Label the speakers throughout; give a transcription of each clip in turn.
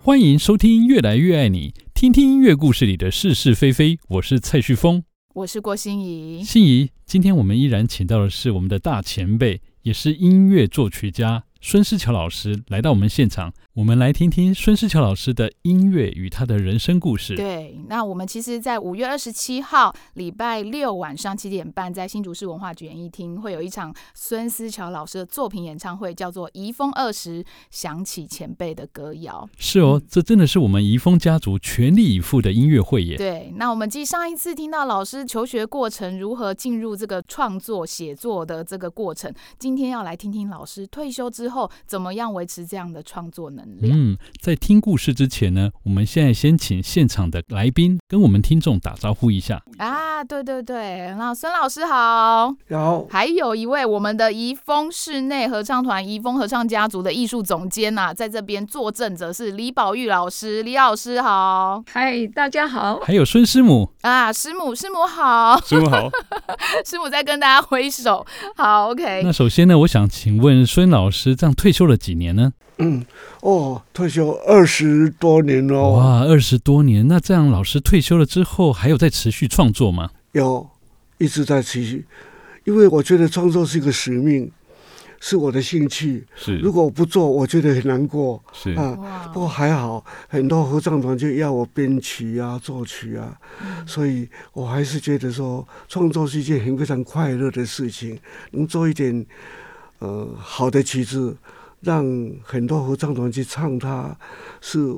Speaker 1: 欢迎收听《越来越爱你》，听听音乐故事里的是是非非。我是蔡旭峰，
Speaker 2: 我是郭心怡。
Speaker 1: 心怡。今天我们依然请到的是我们的大前辈，也是音乐作曲家孙思乔老师来到我们现场。我们来听听孙思乔老师的音乐与他的人生故事。
Speaker 2: 对，那我们其实，在五月二十七号礼拜六晚上七点半，在新竹市文化局演艺厅会有一场孙思乔老师的作品演唱会，叫做《移风二十》，想起前辈的歌谣。
Speaker 1: 是哦
Speaker 2: 嗯，
Speaker 1: 这真的是我们怡丰家族全力以赴的音乐会耶。
Speaker 2: 对，那我们继上一次听到老师求学过程如何进入这个创作写作的这个过程，今天要来听听老师退休之后怎么样维持这样的创作能量。
Speaker 1: 嗯，在听故事之前呢，我们现在先请现场的来宾跟我们听众打招呼一下。
Speaker 2: 啊，对对对，那孙老师好。
Speaker 3: 然后
Speaker 2: 还有一位我们的怡丰室内合唱团、怡丰合唱家族的艺术总监呐、在这边坐镇者是李宝玉老师，李老师好
Speaker 4: 嗨，大家好，
Speaker 1: 还有孙师母，
Speaker 2: 啊，师母师母好，
Speaker 1: 师母好。
Speaker 2: 师母在跟大家挥手，好，OK，
Speaker 3: 哎
Speaker 1: 那首先呢，我想请问孙老师，这样退休了几年呢？
Speaker 3: 嗯，哦，退休二十多年了哦，
Speaker 1: 哇，二十多年。那这样老师退休了之后，还有在持续创作吗？
Speaker 3: 有一直在持续，因为我觉得创作是一个使命，是我的兴趣。
Speaker 1: 是
Speaker 3: 如果我不做，我觉得很难过
Speaker 1: 是
Speaker 3: 啊。不过
Speaker 2: 哇，
Speaker 3: 还好，很多合唱团就要我编曲啊、作曲啊，所以我还是觉得说，创作是一件很非常快乐的事情，能做一点呃好的曲子，让很多合唱团去唱它，是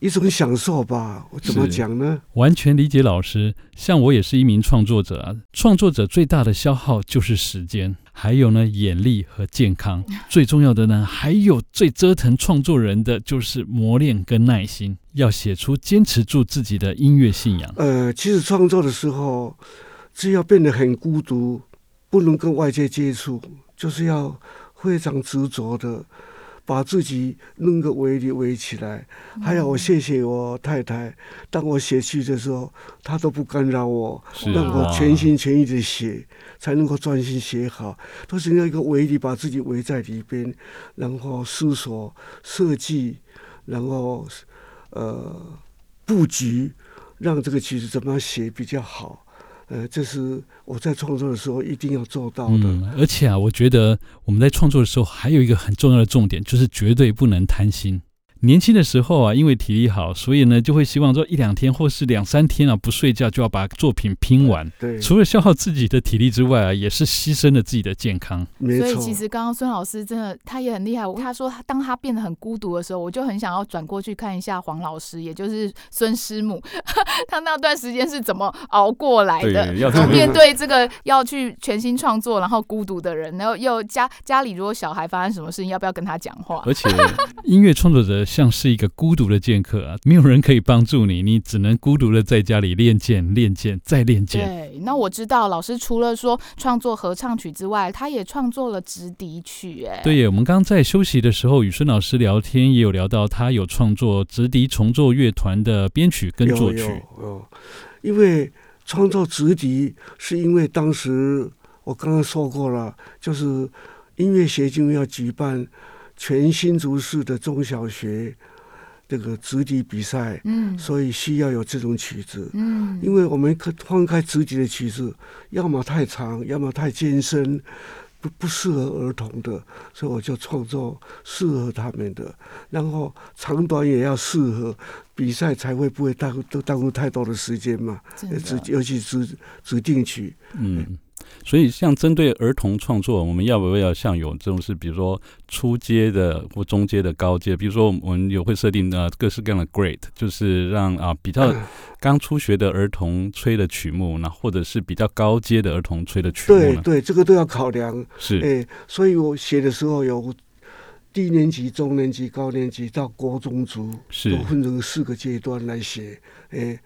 Speaker 3: 一种享受吧？我怎么
Speaker 1: 是
Speaker 3: 讲呢？
Speaker 1: 完全理解老师。像我也是一名创作者啊，创作者最大的消耗就是时间，还有呢眼力和健 康。最重要的呢，还有最折腾创作人的就是磨练跟耐心，要写出坚持住自己的音乐信仰。
Speaker 3: 呃，其实创作的时候，只要变得很孤独，不能跟外界接触，就是要非常执着的把自己弄个围里围起来。还有，我谢谢我太太，当我写戏的时候，她都不干扰我，
Speaker 1: 是
Speaker 3: 让我
Speaker 1: 哇
Speaker 3: 全心全意的写，才能够专心写好。都是要一个围里把自己围在里边，然后思索、设计，然后呃布局，让这个曲子怎么样写比较好。呃，这是我在创作的时候一定要做到的。
Speaker 1: 嗯，而且啊，我觉得我们在创作的时候还有一个很重要的重点，就是绝对不能贪心。年轻的时候啊，因为体力好，所以呢就会希望说一两天或是两三天啊不睡觉就要把作品拼完。
Speaker 3: 对，
Speaker 1: 除了消耗自己的体力之外啊，也是牺牲了自己的健康。
Speaker 3: 没
Speaker 2: 所以
Speaker 3: 错。
Speaker 2: 其实刚刚孙老师真的他也很厉害，他说他当他变得很孤独的时候，我就很想要转过去看一下黄老师，也就是孙师母， 他那段时间是怎么熬过来的？
Speaker 5: 哎对，要
Speaker 2: 然
Speaker 5: 怎
Speaker 2: 后
Speaker 5: 么
Speaker 2: 面对这个要去全心创作，然后孤独的人，然后又家家里如果小孩发生什么事情，要不要跟他讲话？
Speaker 5: 而且
Speaker 1: 音乐创作者像是一个孤独的剑客啊，没有人可以帮助你，你只能孤独的在家里练剑、练剑、再练剑。
Speaker 2: 对，那我知道老师除了说创作合唱曲之外，他也创作了直笛曲，哎，
Speaker 1: 对耶，我们刚在休息的时候与孙老师聊天，也有聊到他有创作直笛重奏乐团的编曲跟
Speaker 3: 有
Speaker 1: 作
Speaker 3: 有
Speaker 1: 曲。
Speaker 3: 有，因为创作直笛是因为当时我刚刚说过了，就是音乐协进会要举办全新竹市的中小学这个直笛比赛，
Speaker 2: 嗯
Speaker 3: 所以需要有这种曲子。
Speaker 2: 嗯，
Speaker 3: 因为我们可放开直笛的曲子，要么太长，要么太艰深，不不适合儿童的，所以我就创作适合他们的，然后长短也要适合，比赛才会不会耽误都耽误太多的时间嘛。
Speaker 2: 真
Speaker 3: 呃指
Speaker 2: 的，
Speaker 3: 尤其指指定曲，
Speaker 5: 嗯，所以像针对儿童创作，我们要不要像有这种是，比如说初阶的或中阶的、高阶，比如说我们有会设定呃各式各样的 grade，就是让啊比较
Speaker 3: 嗯
Speaker 5: 刚初学的儿童吹的曲目，那或者是比较高阶的儿童吹的曲目
Speaker 3: 对
Speaker 5: 呢？
Speaker 3: 对，这个都要考量。
Speaker 1: 嗯
Speaker 5: 是
Speaker 3: 哎，所以我写的时候有低年级、中年级、高年级到国中族。
Speaker 5: 是
Speaker 3: 都，分成四个阶段来写，诶，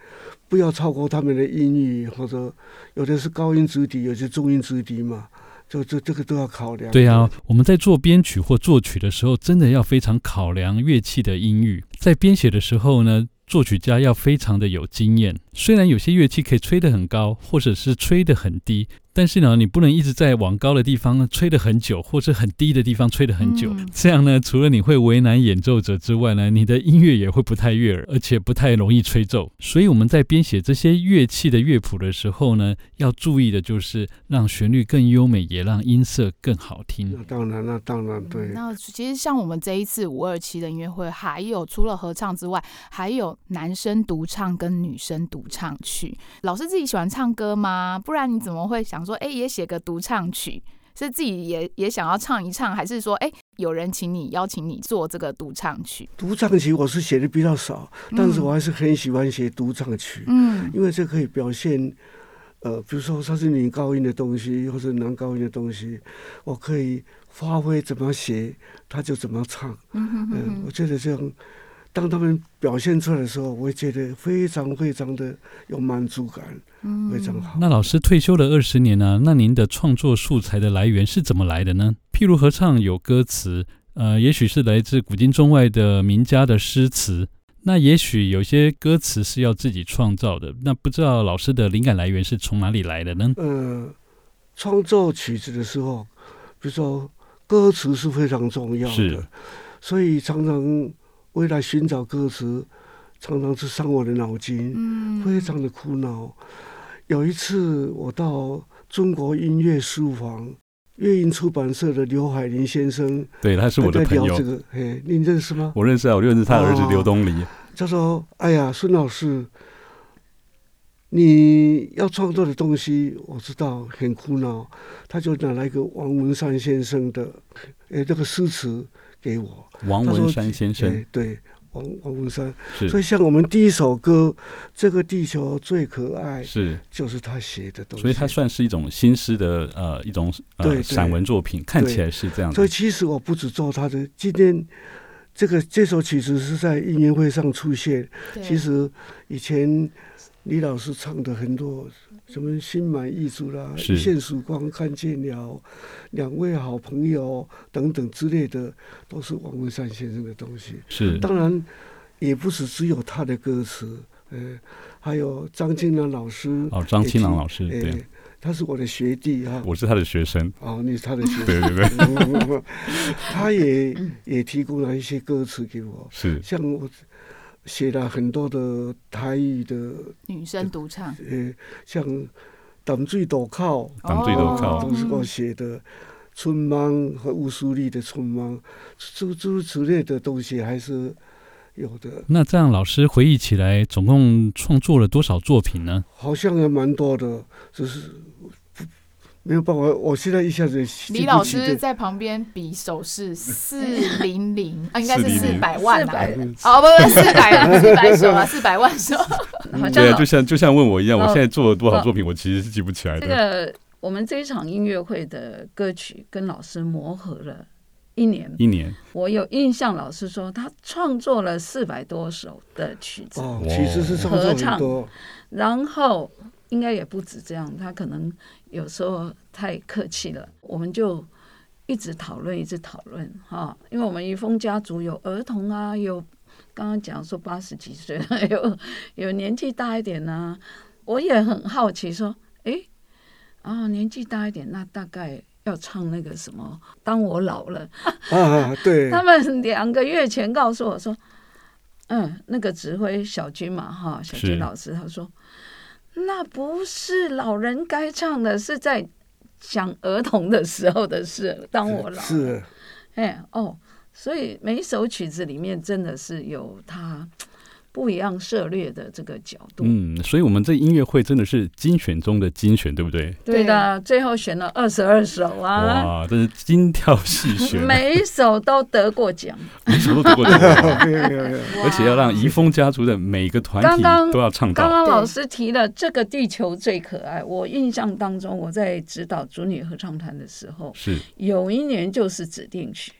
Speaker 3: 不要超过他们的音域，或者有的是高音直笛，有的是中音直笛嘛，就这这个都要考量。
Speaker 1: 对啊，，我们在做编曲或作曲的时候，真的要非常考量乐器的音域。在编写的时候呢，作曲家要非常的有经验，虽然有些乐器可以吹得很高，或者是吹得很低，但是呢，你不能一直在往高的地方吹得很久，或者很低的地方吹得很久。
Speaker 2: 嗯
Speaker 1: 这样呢，除了你会为难演奏者之外呢，你的音乐也会不太悦耳，而且不太容易吹奏。所以我们在编写这些乐器的乐谱的时候呢，要注意的就是让旋律更优美，也让音色更好听
Speaker 3: 那。当然，那当然对。
Speaker 2: 嗯那其实像我们这一次五二七的音乐会，还有除了合唱之外，还有男生独唱跟女生独唱曲。老师自己喜欢唱歌吗？不然你怎么会想说，哎、也写个独唱曲？是自己也也想要唱一唱，还是说，哎、有人请你邀请你做这个独唱曲？
Speaker 3: 独唱曲我是写的比较少，但是
Speaker 2: 嗯
Speaker 3: 我还是很喜欢写独唱曲，
Speaker 2: 嗯
Speaker 3: 因为这可以表现，呃，比如说它是女高音的东西或者男高音的东西，我可以发挥怎么写，他就怎么唱。
Speaker 2: 嗯哼哼
Speaker 3: 嗯，
Speaker 2: 哼
Speaker 3: 我觉得这样，当他们表现出来的时候，我会觉得非常非常的有满足感，
Speaker 2: 嗯
Speaker 3: 非常好。
Speaker 1: 那老师退休了二十年啊呢、那您的创作素材的来源是怎么来的呢？譬如合唱有歌词，呃，也许是来自古今中外的名家的诗词，那也许有些歌词是要自己创造的。那不知道老师的灵感来源是从哪里来的呢？
Speaker 3: 呃，创作曲子的时候，比如说歌词是非常重要
Speaker 1: 是
Speaker 3: 的，所以常常为了寻找歌词，常常是伤我的脑筋，
Speaker 2: 嗯
Speaker 3: 非常的苦恼。有一次我到中国音乐书房。乐音出版社的刘海林先生
Speaker 5: 对，他是我
Speaker 3: 在
Speaker 5: 的朋
Speaker 3: 聊
Speaker 5: 友
Speaker 3: 这，个，嘿，您认识吗？
Speaker 5: 我认识啊，我认识他儿子
Speaker 3: 哦
Speaker 5: 刘东篱，
Speaker 3: 他说：“哎呀，孙老师，你要创作的东西，我知道很苦恼。”他就拿来一个王文山先生的，哎，这个诗词给我。
Speaker 5: 王
Speaker 3: 他说
Speaker 5: 文山先生
Speaker 3: 哎，对，王王文山。所
Speaker 5: 是
Speaker 3: 以像我们第一首歌《这个地球最可爱》，
Speaker 5: 是，
Speaker 3: 就是他写的东西。
Speaker 5: 所以它算是一种新诗的呃一种
Speaker 3: 对
Speaker 5: 呃
Speaker 3: 对
Speaker 5: 散文作品，看
Speaker 3: 对
Speaker 5: 起来是这样
Speaker 3: 所
Speaker 5: 的
Speaker 3: 以，其实我不只做他的，今天这个这首曲子是在音乐会上出现，其实以前李老师唱的很多，什么心满意足啦，
Speaker 5: 是
Speaker 3: 一线曙光看见了，两位好朋友等等之类的，都是王文山先生的东西。
Speaker 5: 是
Speaker 3: 当然，也不是只有他的歌词，呃，还有张金兰老师，
Speaker 5: 哦，张清朗老师，
Speaker 3: 呃
Speaker 5: 对，
Speaker 3: 他是我的学弟哈、
Speaker 5: 我是他的学 生，
Speaker 3: 哦，你是他的学 弟，
Speaker 5: 对对对，
Speaker 3: 他也也提供了一些歌词给我，
Speaker 5: 是
Speaker 3: 像我写了很多的台语的
Speaker 2: 女生独唱，
Speaker 3: 呃，像《淡水渡口
Speaker 5: 党最都》
Speaker 2: 哦
Speaker 5: 靠
Speaker 3: 都啊是我写的，《春芒》和乌苏丽的《春芒》，诸诸如此类的东西还是有的，
Speaker 1: 那这样老师回忆起来，总共创作了多少作品呢？
Speaker 3: 好像还蛮多的，就是不没有办法，我现在一下子记
Speaker 2: 李
Speaker 3: 不
Speaker 2: 老
Speaker 3: 起
Speaker 2: 师
Speaker 3: 对
Speaker 2: 在旁边比手势四零零啊，应该是四
Speaker 5: 400
Speaker 2: 百万
Speaker 4: 四
Speaker 2: 啊，
Speaker 4: 百，
Speaker 2: 哦不不四百四百手啊， 四百万手，
Speaker 4: 好
Speaker 5: 对
Speaker 4: 像
Speaker 5: 啊，就像就像问我一样，我
Speaker 4: 哦
Speaker 5: 现在做了多少
Speaker 4: 哦
Speaker 5: 作品，我其实是记不起来
Speaker 4: 这
Speaker 5: 的。
Speaker 4: 个我们这一场音乐会的歌曲跟老师磨合了一年，
Speaker 5: 一年
Speaker 4: 我有印象，老师说他创作了四百多首的曲子，
Speaker 3: 哦，
Speaker 5: 哇
Speaker 3: 其实是创作
Speaker 4: 合
Speaker 3: 很
Speaker 4: 唱
Speaker 3: 多，
Speaker 4: 然后应该也不止这样，他可能有时候太客气了，我们就一直讨论，一直讨论哈、因为我们怡丰家族有儿童啊，有刚刚讲说八十几岁了，有有年纪大一点呢、我也很好奇说，诶，啊，年纪大一点，那大概要唱那个什么？当我老了，
Speaker 3: 啊，对，
Speaker 4: 他们两个月前告诉我说，嗯，那个指挥小军嘛，哈，小
Speaker 5: 是
Speaker 4: 军老师他说，那不是老人该唱的，是在讲儿童的时候的事。当我老了
Speaker 3: 是
Speaker 4: 哎哦，所以每一首曲子里面真的是有他不一样涉猎的这个角度。
Speaker 5: 嗯，所以我们这音乐会真的是精选中的精选，对不对？
Speaker 4: 对的，最后选了二十二首啊，
Speaker 5: 哇，真是精挑细 选，
Speaker 4: 每一首都得过奖。
Speaker 5: 每首都得过奖，
Speaker 3: 没有没有没有，
Speaker 5: 而且要让怡丰家族的每个团体
Speaker 4: 刚刚
Speaker 5: 都要唱
Speaker 4: 刚
Speaker 5: 到。
Speaker 4: 刚老师提了这个地球最可爱，我印象当中，我在指导主女合唱团的时候，
Speaker 5: 是
Speaker 4: 有一年就是指定曲。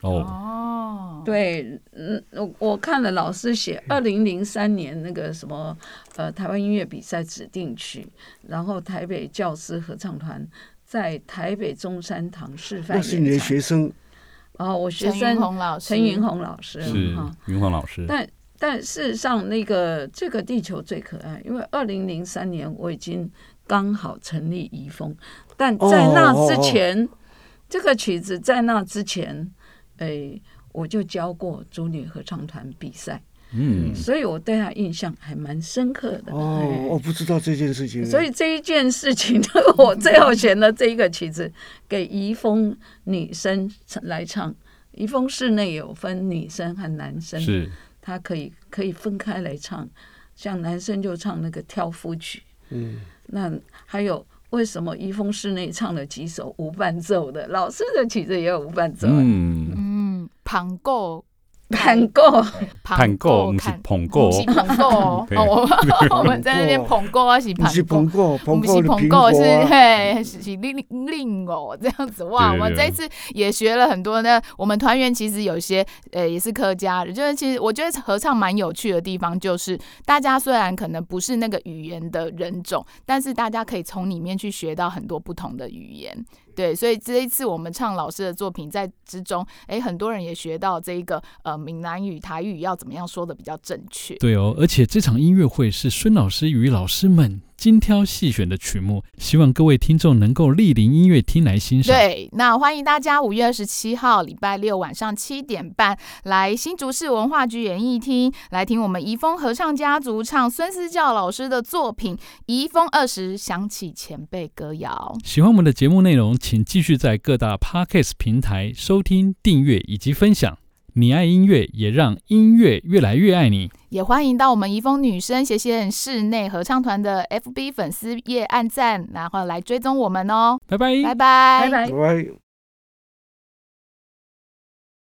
Speaker 5: 哦，
Speaker 2: 哦，嗯
Speaker 4: 对，嗯，我我看了老师写二零零三年那个什么呃台湾音乐比赛指定曲，然后台北教师合唱团在台北中山堂示范
Speaker 3: 那是你的
Speaker 4: 演唱，
Speaker 3: 学生，
Speaker 4: 哦，我学
Speaker 2: 陈云
Speaker 4: 生
Speaker 2: 红老师，
Speaker 4: 陈云，红老师
Speaker 5: 是
Speaker 1: 嗯
Speaker 4: 哈，
Speaker 5: 云煌老师，
Speaker 4: 但但事实上，那个这个地球最可爱，因为二零零三年我已经刚好成立怡丰，但在那之前，这个曲子在那之前，哎，我就教过主女合唱团比赛，
Speaker 5: 嗯，
Speaker 4: 所以我对他印象还蛮深刻的。
Speaker 2: 哎
Speaker 3: 哦，
Speaker 4: 哎
Speaker 3: 我不知道这件事情。
Speaker 4: 所以这一件事情， 我最后选了这一个曲子给怡丰女生来唱。怡丰室内有分女生和男生，
Speaker 5: 是
Speaker 4: 他可以可以分开来唱，像男生就唱那个挑夫曲，
Speaker 3: 嗯，
Speaker 4: 那还有为什么怡丰室内唱了几首无伴奏的，老师的曲子也有无伴奏、啊，
Speaker 5: 嗯，
Speaker 2: 嗯，捧够，
Speaker 4: 看过
Speaker 5: 看够我们是
Speaker 2: 看
Speaker 5: 捧够
Speaker 4: 嗯
Speaker 2: 不是捧够哦
Speaker 5: 对
Speaker 2: 哦，我们我 们在那边捧够啊，是
Speaker 3: 不是
Speaker 2: 捧
Speaker 3: 捧
Speaker 2: 够。
Speaker 3: 过，
Speaker 2: 我
Speaker 3: 捧
Speaker 2: 们
Speaker 3: 过
Speaker 2: 是
Speaker 3: 的
Speaker 2: 捧
Speaker 3: 苹
Speaker 2: 够，是
Speaker 3: 果啊，
Speaker 2: 嘿，是是另另另哦，这样子哇！
Speaker 5: 对对
Speaker 2: 我这
Speaker 5: 对
Speaker 2: 一次也学了很多。那我们团员其实有些呃也是客家人，就是其实我觉得合唱蛮有趣的地方，就是大家虽然可能不是那个语言的人种，但是大家可以从里面去学到很多不同的语言。对，所以这一次我们唱老师的作品在之中，哎，很多人也学到这一个呃闽南语、台语要怎么样说的比较正确。
Speaker 1: 对哦，而且这场音乐会是孙老师与老师们精挑细选的曲目，希望各位听众能够莅临音乐厅来欣赏。
Speaker 2: 对，那欢迎大家五月二十七号礼拜六晚上七点半来新竹市文化局演艺厅来听我们怡丰合唱家族唱孙思教老师的作品《怡丰二十想起前辈歌谣》。
Speaker 1: 喜欢我们的节目内容，请继续在各大 podcast 平台收听、订阅以及分享。你爱音乐，也让音乐越来越爱你。
Speaker 2: 也欢迎到我们怡丰女生斜线室内合唱团的 FB 粉丝页按赞，然后来追踪我们哦。
Speaker 1: 拜拜，
Speaker 2: 拜拜，
Speaker 4: 拜拜
Speaker 3: 拜。